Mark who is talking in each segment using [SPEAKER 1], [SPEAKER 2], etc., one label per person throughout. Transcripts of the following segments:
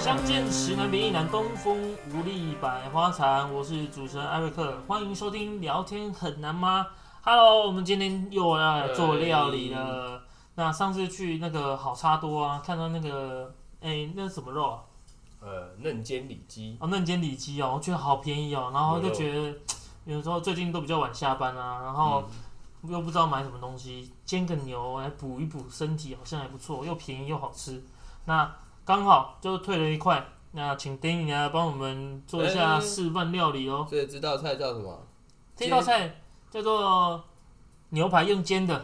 [SPEAKER 1] 相见时难别亦难，东风无力百花残。我是主持人艾瑞克，欢迎收听《聊天很难吗》。Hello，我们今天又要来做料理了。那上次去那个好差多啊，看到那个哎、那是什么肉啊？
[SPEAKER 2] 呃，嫩煎里脊，
[SPEAKER 1] 哦，嫩煎里脊哦，我觉得好便宜哦。然后
[SPEAKER 2] 牛
[SPEAKER 1] 就
[SPEAKER 2] 肉
[SPEAKER 1] 觉得有时候最近都比较晚下班啊，然后又不知道买什么东西，煎个牛来补一补身体，好像还不错，又便宜又好吃。那刚好就退了一块，那请丁颖啊帮我们做一下
[SPEAKER 2] 哎
[SPEAKER 1] 示范料理哦。
[SPEAKER 2] 所以这道菜叫什么？
[SPEAKER 1] 这道菜叫做牛排用煎的，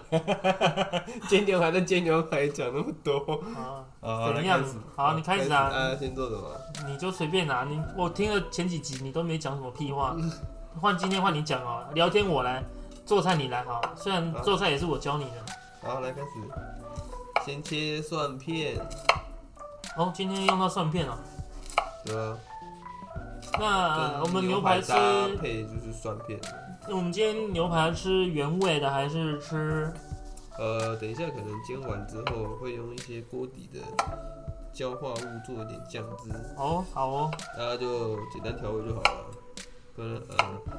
[SPEAKER 2] 煎牛排的煎牛排讲那么 多
[SPEAKER 1] 啊，
[SPEAKER 2] 啊
[SPEAKER 1] 怎样
[SPEAKER 2] 来开始
[SPEAKER 1] 好你开始啊
[SPEAKER 2] 啊，先做什么？
[SPEAKER 1] 你就随便拿。你我听了前几集你都没讲什么屁话，换今天换你讲哦，聊天我来，做菜你来好了。虽然
[SPEAKER 2] 好
[SPEAKER 1] 做菜也是我教你的。
[SPEAKER 2] 好，来开始。先切蒜片，
[SPEAKER 1] 哦，今天用到蒜片了。
[SPEAKER 2] 对吧？
[SPEAKER 1] 那
[SPEAKER 2] 跟
[SPEAKER 1] 我们牛
[SPEAKER 2] 啊牛
[SPEAKER 1] 排吃，
[SPEAKER 2] 搭配就是蒜片。
[SPEAKER 1] 我们今天牛排吃原味的还是吃？
[SPEAKER 2] 呃，等一下可能煎完之后会用一些锅底的焦化物做一点酱汁，
[SPEAKER 1] 哦，好哦。
[SPEAKER 2] 大家就简单调味就好了。可能呃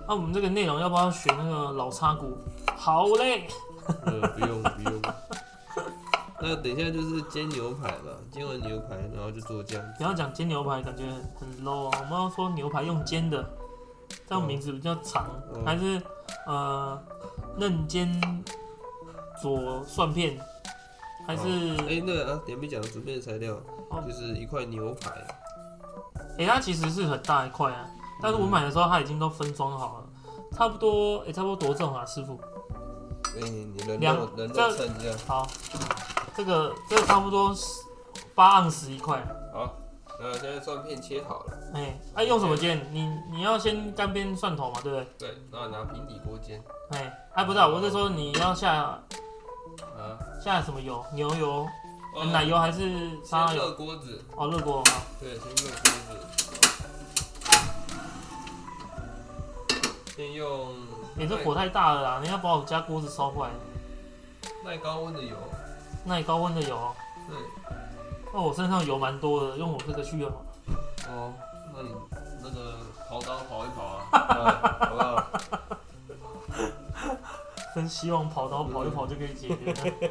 [SPEAKER 1] 那啊我们这个内容要不要选那个老叉骨？好嘞，
[SPEAKER 2] 呃，不用不用。 那等一下就是煎牛排嘛，煎完牛排然后就做酱。
[SPEAKER 1] 不要讲煎牛排，感觉很很 low 啊。我们要说牛排用煎的，这样名字比较长，
[SPEAKER 2] 嗯
[SPEAKER 1] 还是呃嫩煎佐蒜片，还是
[SPEAKER 2] 哎、那个啊，你还没讲准备的材料，
[SPEAKER 1] 哦
[SPEAKER 2] 就是一块牛排，
[SPEAKER 1] 诶，它其实是很大一块啊，但是我买的时候它已经都分装好了，差不多诶，差不多多重啊，师傅？
[SPEAKER 2] 哎、你人
[SPEAKER 1] 两
[SPEAKER 2] 肉人肉
[SPEAKER 1] 这
[SPEAKER 2] 称一下。
[SPEAKER 1] 好，这个这个差不多十八盎司一块。
[SPEAKER 2] 好，那现在蒜片切好了，
[SPEAKER 1] 哎、哎、用什么煎？你你要先干煸蒜头嘛，对不对？
[SPEAKER 2] 对，然后拿平底锅煎。
[SPEAKER 1] 哎、哎、不是、啊，我是说你要下
[SPEAKER 2] 啊，哦
[SPEAKER 1] 下什么油？牛油、呃奶油还是沙拉油？
[SPEAKER 2] 锅子，
[SPEAKER 1] 哦，热锅。
[SPEAKER 2] 对，先热锅子。先用
[SPEAKER 1] 你、欸这火太大了啊啦，你要把我家锅子烧坏。
[SPEAKER 2] 耐高温的油，
[SPEAKER 1] 耐高温的油哦，
[SPEAKER 2] 对，
[SPEAKER 1] 那、我身上油蛮多的，用我这个去用。
[SPEAKER 2] 哦，那你那个刨刀刨一刨啊，啊好不好？
[SPEAKER 1] 真希望跑刀跑一跑就可以解决了。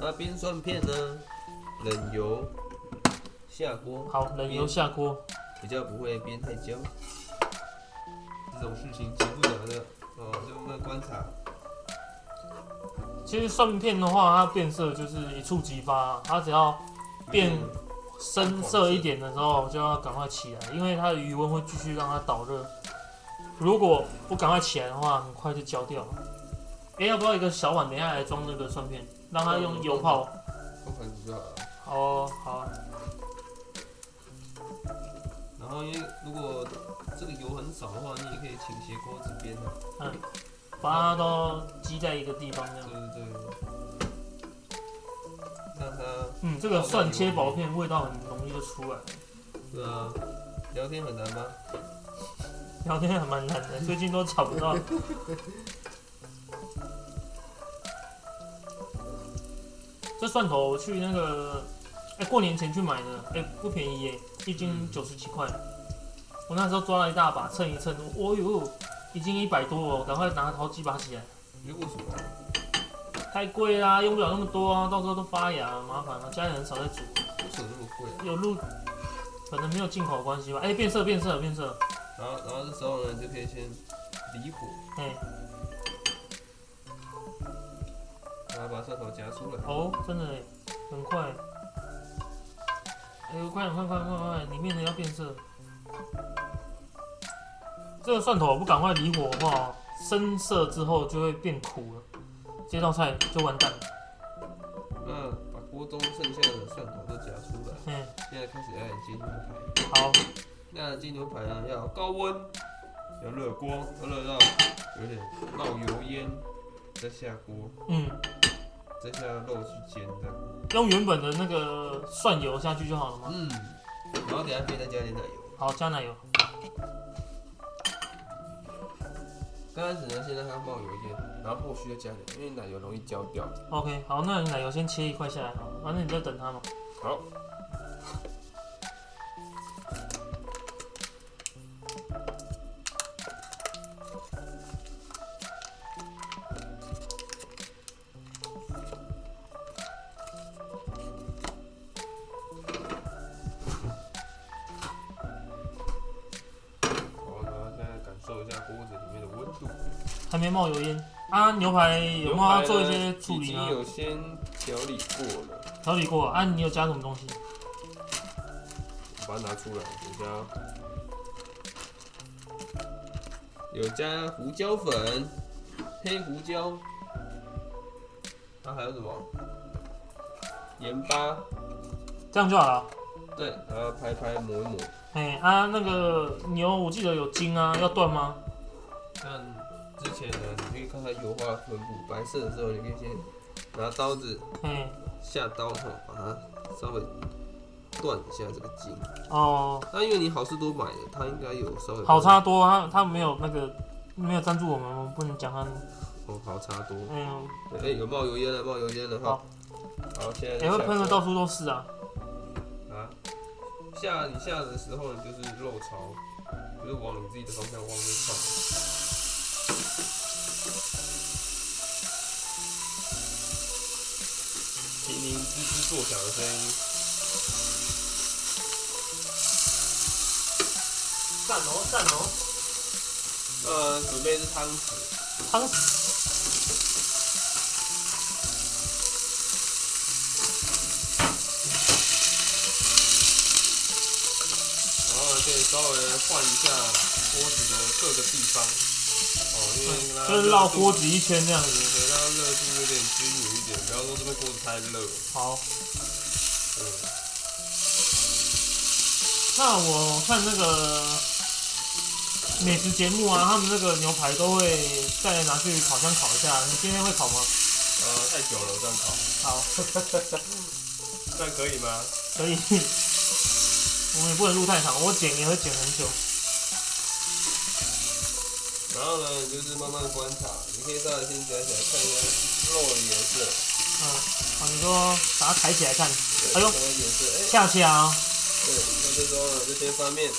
[SPEAKER 2] 那边蒜片呢，冷油下锅，
[SPEAKER 1] 好，冷油下锅。
[SPEAKER 2] 比较不会边太焦。这种事情急不得的哦，就慢慢观察。
[SPEAKER 1] 其实蒜片的话，它变色就是一触即发，啊它只要变深色一点的时候就要赶快起来，因为它的余温会继续让它导热。如果不赶快起来的话，很快就焦掉了。哎、要不要一个小碗？等一下来装那个蒜片，让它用油泡。
[SPEAKER 2] 不可能就好了。
[SPEAKER 1] 好哦，好啊，
[SPEAKER 2] 然后因为如果这个油很少的话，你也可以倾斜锅子边啊。
[SPEAKER 1] 把它都积在一个地方这
[SPEAKER 2] 对
[SPEAKER 1] 样。
[SPEAKER 2] 对对。让它
[SPEAKER 1] 嗯，这个蒜切薄片，味道很容易就出来了。
[SPEAKER 2] 对啊，聊天很难吗？
[SPEAKER 1] 聊天还蛮难的，最近都找不到。这蒜头我去那个，哎、过年前去买的，哎、不便宜耶，一斤
[SPEAKER 2] 嗯
[SPEAKER 1] 九十几块。我那时候抓了一大把，称一称，哦呦，一斤一百多哦，赶快拿好几把起来，
[SPEAKER 2] 如果什么？
[SPEAKER 1] 太贵啦，用不了那么多啊，到时候都发芽了，麻烦了。家里很少在煮，
[SPEAKER 2] 为什么那么贵啊？
[SPEAKER 1] 有路可能没有进口的关系吧。哎、变色变色变色，
[SPEAKER 2] 然后然后这时候呢，就可以先离火，
[SPEAKER 1] 哎、
[SPEAKER 2] 然后把蒜头夹出来。
[SPEAKER 1] 哦，真的耶，很快。哎呦，快点，快快快快，里面的要变色。这个蒜头不赶快离火的话，深色之后就会变苦了，这道菜就完蛋了。
[SPEAKER 2] 那把锅中剩下的蒜头都夹出来，
[SPEAKER 1] 嗯，
[SPEAKER 2] 现在开始来煎牛排。
[SPEAKER 1] 好，
[SPEAKER 2] 那煎牛排呢，要高温，要热锅，要热到有点冒油烟，再下锅，
[SPEAKER 1] 嗯，
[SPEAKER 2] 再下肉去煎这样。
[SPEAKER 1] 用原本的那个蒜油下去就好了吗？
[SPEAKER 2] 嗯，然后等下可以再加点奶油。
[SPEAKER 1] 好，加奶油。
[SPEAKER 2] 刚开始呢，先让它冒油烟，然后后续再加点，因为奶油容易焦掉。
[SPEAKER 1] OK，好，那你奶油先切一块下来好了，反正你在等它嘛。
[SPEAKER 2] 好。好，然后现在感受一下锅子里面的温度。
[SPEAKER 1] 还没冒油烟啊？牛排有没有要做一些处
[SPEAKER 2] 已
[SPEAKER 1] 理
[SPEAKER 2] 经
[SPEAKER 1] 呢？
[SPEAKER 2] 有先调理过了。
[SPEAKER 1] 调理过啊？你有加什么东西？
[SPEAKER 2] 我把它拿出来，有加有加胡椒粉、黑胡椒，它、还有什么？盐巴，
[SPEAKER 1] 这样就好了。
[SPEAKER 2] 对，然后拍拍抹一抹，
[SPEAKER 1] 哎、啊，那个牛我记得有筋啊，要断吗？
[SPEAKER 2] 看之前呢，你可以看它油花分布，白色的时候，你可以先拿刀子
[SPEAKER 1] 哎、
[SPEAKER 2] 下刀后，把它稍微断一下这个筋。
[SPEAKER 1] 哦，
[SPEAKER 2] 那因为你好事多买的，它应该有稍微
[SPEAKER 1] 好差多，他他没有那个没有赞助我们，我们不能讲他。
[SPEAKER 2] 哦，好差多。
[SPEAKER 1] 嗯，
[SPEAKER 2] 对哎、有冒油烟了，冒油烟了哈。好，现在
[SPEAKER 1] 也、哎会喷的
[SPEAKER 2] 到
[SPEAKER 1] 到处都是啊。
[SPEAKER 2] 啊。下你下的时候，你就是漏潮，就是往你自己的方向往内放。叮铃吱吱作响的声音。
[SPEAKER 1] 赞哦赞哦，
[SPEAKER 2] 呃，准备是汤匙，
[SPEAKER 1] 汤
[SPEAKER 2] 然后可以稍微换一下锅子的各个地方。哦，因为它
[SPEAKER 1] 就是绕锅子一圈这样子。
[SPEAKER 2] 对，让热度有点均匀一点，不要说这边锅子太热。
[SPEAKER 1] 好，
[SPEAKER 2] 嗯，
[SPEAKER 1] 那我看那个美食节目啊，他们那个牛排都会再拿去烤箱烤一下。你今天会烤吗？
[SPEAKER 2] 呃，太久了，我这样烤，
[SPEAKER 1] 好，
[SPEAKER 2] 这样可以吗？
[SPEAKER 1] 可以。 我们也不能录太长，我剪也会剪很久。
[SPEAKER 2] 然后呢，你就是慢慢观察，你可以稍微先夹起来看一下肉的颜色，
[SPEAKER 1] 嗯，好，你说把它抬起来看，哎
[SPEAKER 2] 对，
[SPEAKER 1] 呦
[SPEAKER 2] 看看颜色，哎，
[SPEAKER 1] 下起来啊、
[SPEAKER 2] 对，那这时候呢，就先翻面，哦，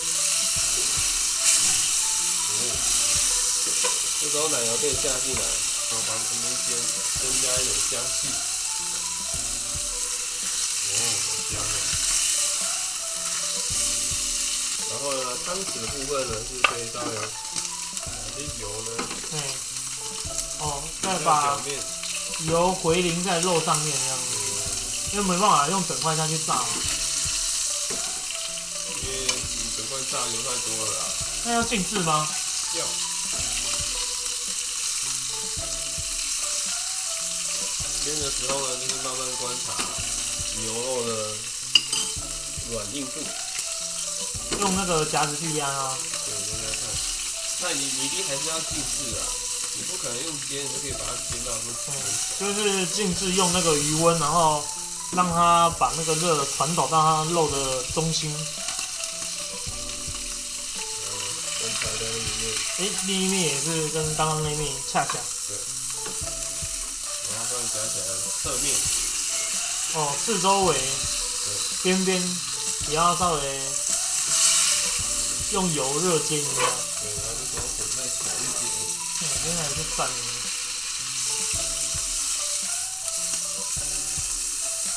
[SPEAKER 2] 这时候奶油可以下进来，然后旁边先增加一点香气，哦，好香啊！然后呢，汤匙的部分呢是可以稍微把这油呢，
[SPEAKER 1] 对，哦，再
[SPEAKER 2] 在表
[SPEAKER 1] 把
[SPEAKER 2] 面，
[SPEAKER 1] 油回淋在肉上面这样子，
[SPEAKER 2] 嗯
[SPEAKER 1] 因为没办法用整块下去炸嘛，
[SPEAKER 2] 因为你整块炸油太多了啦。啊
[SPEAKER 1] 那要静置吗？
[SPEAKER 2] 要。煎的时候呢，就是慢慢观察牛肉的软硬度，
[SPEAKER 1] 用那个夹子去压啊。
[SPEAKER 2] 对，应该看。那你你一定还是要静置啊，你不可能用煎的就可以把它煎到很
[SPEAKER 1] 嗯
[SPEAKER 2] 很熟。
[SPEAKER 1] 就是静置用那个余温，然后让它把那个热传导到它肉的中心。
[SPEAKER 2] 然后分开在那里面，
[SPEAKER 1] 诶，第一面也是跟刚刚那面恰恰。
[SPEAKER 2] 然后把它夹起来侧面，
[SPEAKER 1] 哦，四周围
[SPEAKER 2] 对，
[SPEAKER 1] 边边也要稍微用油热煎一下。
[SPEAKER 2] 对，然后这时候火再小一点，
[SPEAKER 1] 嗯，现在就散了。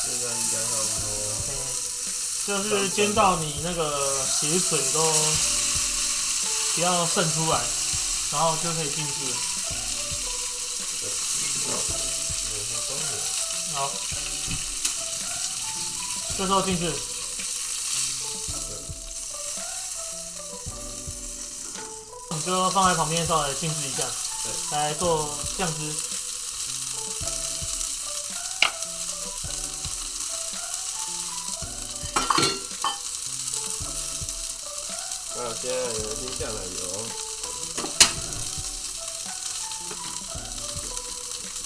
[SPEAKER 2] 现在应该差
[SPEAKER 1] 嗯，
[SPEAKER 2] 不多。
[SPEAKER 1] 就是煎到你那个血水都不要渗出来，然后就可以静置了。
[SPEAKER 2] 有些关火。
[SPEAKER 1] 好，这时候静置。你就放在旁边稍微静置一下，
[SPEAKER 2] 对
[SPEAKER 1] 来做酱汁。
[SPEAKER 2] 那现在有先下奶油，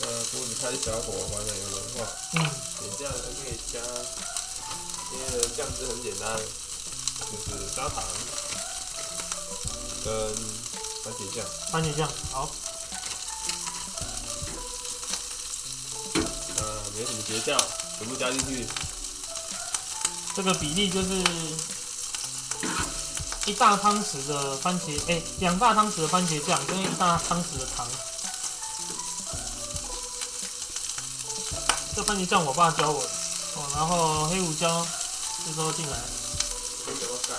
[SPEAKER 2] 那锅子开小火把奶油融化，
[SPEAKER 1] 嗯，
[SPEAKER 2] 等一下呢可以加，因为酱汁很简单，就是砂糖跟番茄酱，
[SPEAKER 1] 番茄酱，好，
[SPEAKER 2] Ờ, 那没什么诀窍，全部加进去，
[SPEAKER 1] 这个比例就是一大汤匙的番茄，哎、两大汤匙的番茄酱跟一大汤匙的糖。这番茄酱我爸教我的，哦，然后黑胡椒这时候进来，
[SPEAKER 2] 先给我盖。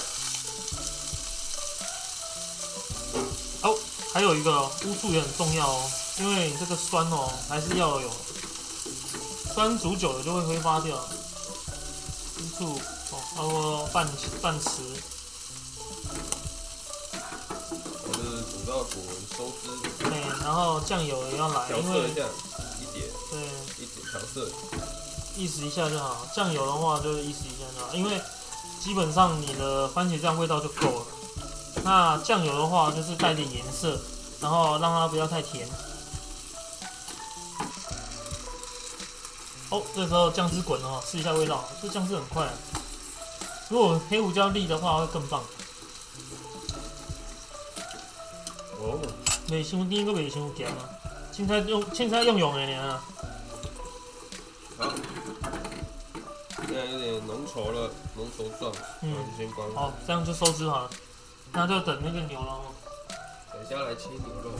[SPEAKER 1] 还有一个哦乌醋也很重要哦，因为你这个酸哦还是要有，酸煮久了就会挥发掉。乌醋哦，差不多半半匙，
[SPEAKER 2] 我是煮到滚，收汁，
[SPEAKER 1] 哎、然后酱油也要来，
[SPEAKER 2] 调
[SPEAKER 1] 因
[SPEAKER 2] 色
[SPEAKER 1] 为
[SPEAKER 2] 一下，一点
[SPEAKER 1] 对
[SPEAKER 2] 一点调色。
[SPEAKER 1] 意思一下就好。酱油的话就意思一下就好，因为基本上你的番茄酱味道就够了。那酱油的话就是带点颜色，然后让它不要太甜。哦，这时候酱汁滚了哦，试一下味道，这酱汁很快、啊。如果黑胡椒粒的话会更棒。
[SPEAKER 2] 哦，
[SPEAKER 1] 袂伤甜，佫袂伤咸啊。凊彩用凊彩用用的尔啊。
[SPEAKER 2] 好，现在有点浓稠了，浓稠状，
[SPEAKER 1] 嗯
[SPEAKER 2] 那我就先关。
[SPEAKER 1] 好，这样就收汁好了。那就等那个牛肉。
[SPEAKER 2] 等一下来切牛肉。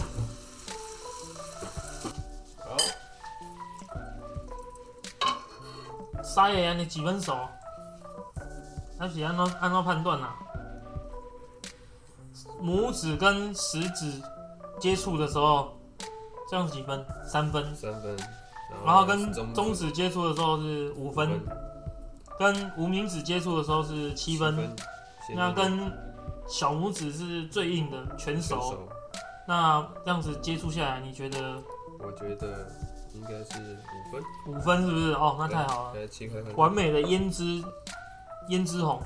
[SPEAKER 2] 好，
[SPEAKER 1] 沙爷安尼几分熟？他是按照按照判断呐、啊拇指跟食指接触的时候，这样几分？三分。
[SPEAKER 2] 三分，
[SPEAKER 1] 然后跟哦中
[SPEAKER 2] 中
[SPEAKER 1] 指接触的时候是五分，跟无名指接触的时候是七分。，
[SPEAKER 2] 七
[SPEAKER 1] 那跟小拇指是最硬的，全
[SPEAKER 2] 全
[SPEAKER 1] 熟。，那这样子接触下来，你觉得
[SPEAKER 2] 我觉得应该是五分。
[SPEAKER 1] 五分是不是？哦，那太好了，
[SPEAKER 2] 来切开看看。
[SPEAKER 1] 完美的胭脂胭脂红。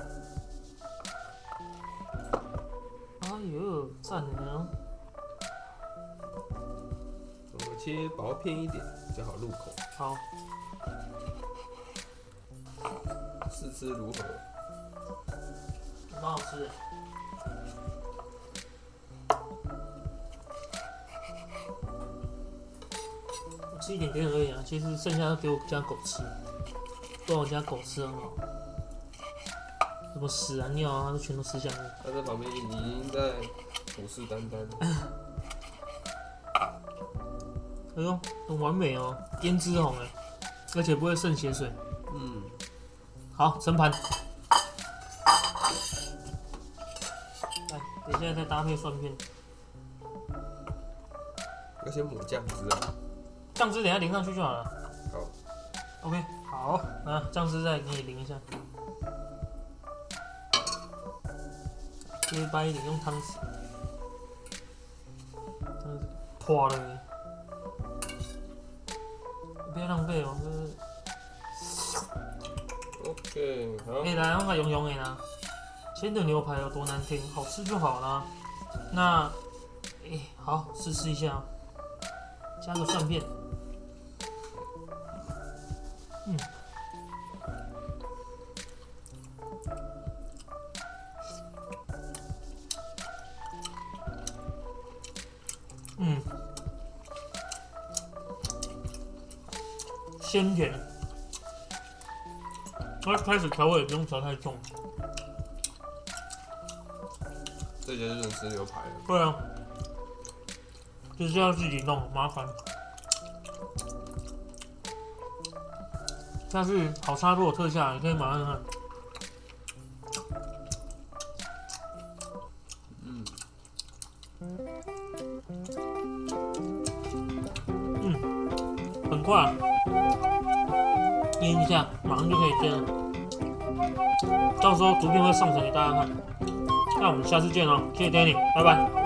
[SPEAKER 1] 哎呦，赞啊！
[SPEAKER 2] 我切薄片一点，比较好入口。
[SPEAKER 1] 好，
[SPEAKER 2] 试吃如何？
[SPEAKER 1] 蛮好吃的。我吃一点点而已啊，其实剩下都给我家狗吃，不然我家狗吃很好，什么屎啊尿啊，它都全都吃下去。
[SPEAKER 2] 他在旁边已经在虎视眈 眈。
[SPEAKER 1] 哎呦，很完美哦，胭脂红哎，而且不会渗血水。
[SPEAKER 2] 嗯，
[SPEAKER 1] 好，盛盘。来，等一下再搭配蒜片，
[SPEAKER 2] 要先抹酱汁啊。
[SPEAKER 1] 酱汁等一下淋上去就好了。
[SPEAKER 2] 好，
[SPEAKER 1] OK，好，那酱汁再给你淋一下，直接掰一点，用汤匙，汤匙破了，不要浪费哦，就是
[SPEAKER 2] OK，好
[SPEAKER 1] 可，以来，我把用用的啦。煎的牛排有多难听，好吃就好啦。那，哎、好试试一下哦，加个蒜片。嗯，嗯，鲜甜。它开始调味也不用调太重。
[SPEAKER 2] 这家就能吃牛排了。
[SPEAKER 1] 对啊，就是要自己弄，麻烦。但是好差如果特价，你可以马上看。
[SPEAKER 2] 嗯，
[SPEAKER 1] 很快，啊腌一下，马上就可以煎了。到时候图片会上传给大家看。那我们下次见哦，谢谢 Danny，拜拜。